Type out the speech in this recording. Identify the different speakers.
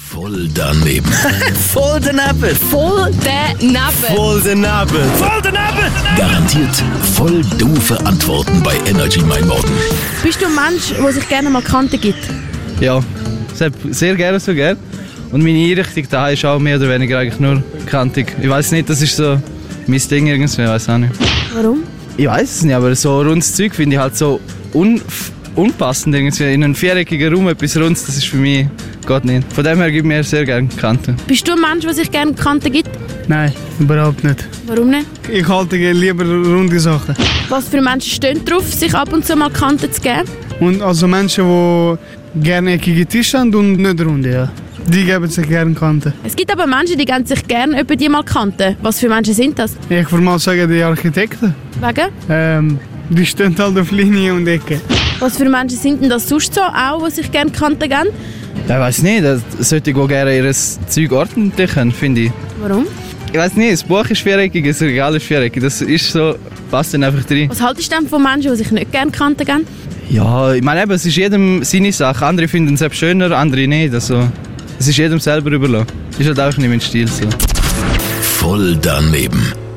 Speaker 1: Voll daneben.
Speaker 2: Voll daneben.
Speaker 3: Voll daneben.
Speaker 2: Voll daneben. Voll daneben.
Speaker 1: Garantiert voll doofe Antworten bei Energy Mein Morgen.
Speaker 3: Bist du ein Mensch, der sich gerne mal Kante gibt?
Speaker 4: Ja, ich habe sehr gerne so gern. Und meine Einrichtung daheim ist auch mehr oder weniger eigentlich nur kantig. Ich weiß nicht, das ist so mein Ding irgendwie, ich weiß auch nicht.
Speaker 3: Warum?
Speaker 4: Ich weiß es nicht, aber so rundes Zeug finde ich halt so un unpassend irgendwie. In einem viereckigen Raum etwas rundes, das ist für mich geht nicht. Von dem her gibt mir sehr gerne Kanten.
Speaker 3: Bist du ein Mensch, der sich gerne Kante gibt?
Speaker 5: Nein, überhaupt nicht.
Speaker 3: Warum nicht?
Speaker 5: Ich halte lieber runde Sachen.
Speaker 3: Was für Menschen stehen drauf, sich ab und zu mal Kante zu geben?
Speaker 5: Und also Menschen, die gerne eckige Tische haben und nicht runde, ja. Die geben sich gerne Kante.
Speaker 3: Es gibt aber Menschen, die geben sich gerne über die mal Kante. Was für Menschen sind das?
Speaker 5: Ich würde mal sagen, die Architekten,
Speaker 3: Wegen?
Speaker 5: ähm, die stehen halt auf Linie und Ecke.
Speaker 3: Was für Menschen sind denn das sonst so, auch, die sich gerne Kante geben?
Speaker 4: Ja, ich weiß nicht, das sollte auch gerne ihr Zeug ordentlich haben, finde ich.
Speaker 3: Warum?
Speaker 4: Ich weiß nicht, das Buch ist viereckig, das Regal ist viereckig. Das ist so, passt dann einfach rein.
Speaker 3: Was haltest du denn von Menschen, die sich nicht gerne Kante geben?
Speaker 4: Ja, ich meine eben, es ist jedem seine Sache. Andere finden es eben schöner, andere nicht. Also, es ist jedem selber überlassen. Ist halt auch nicht mein Stil so.
Speaker 1: Voll daneben.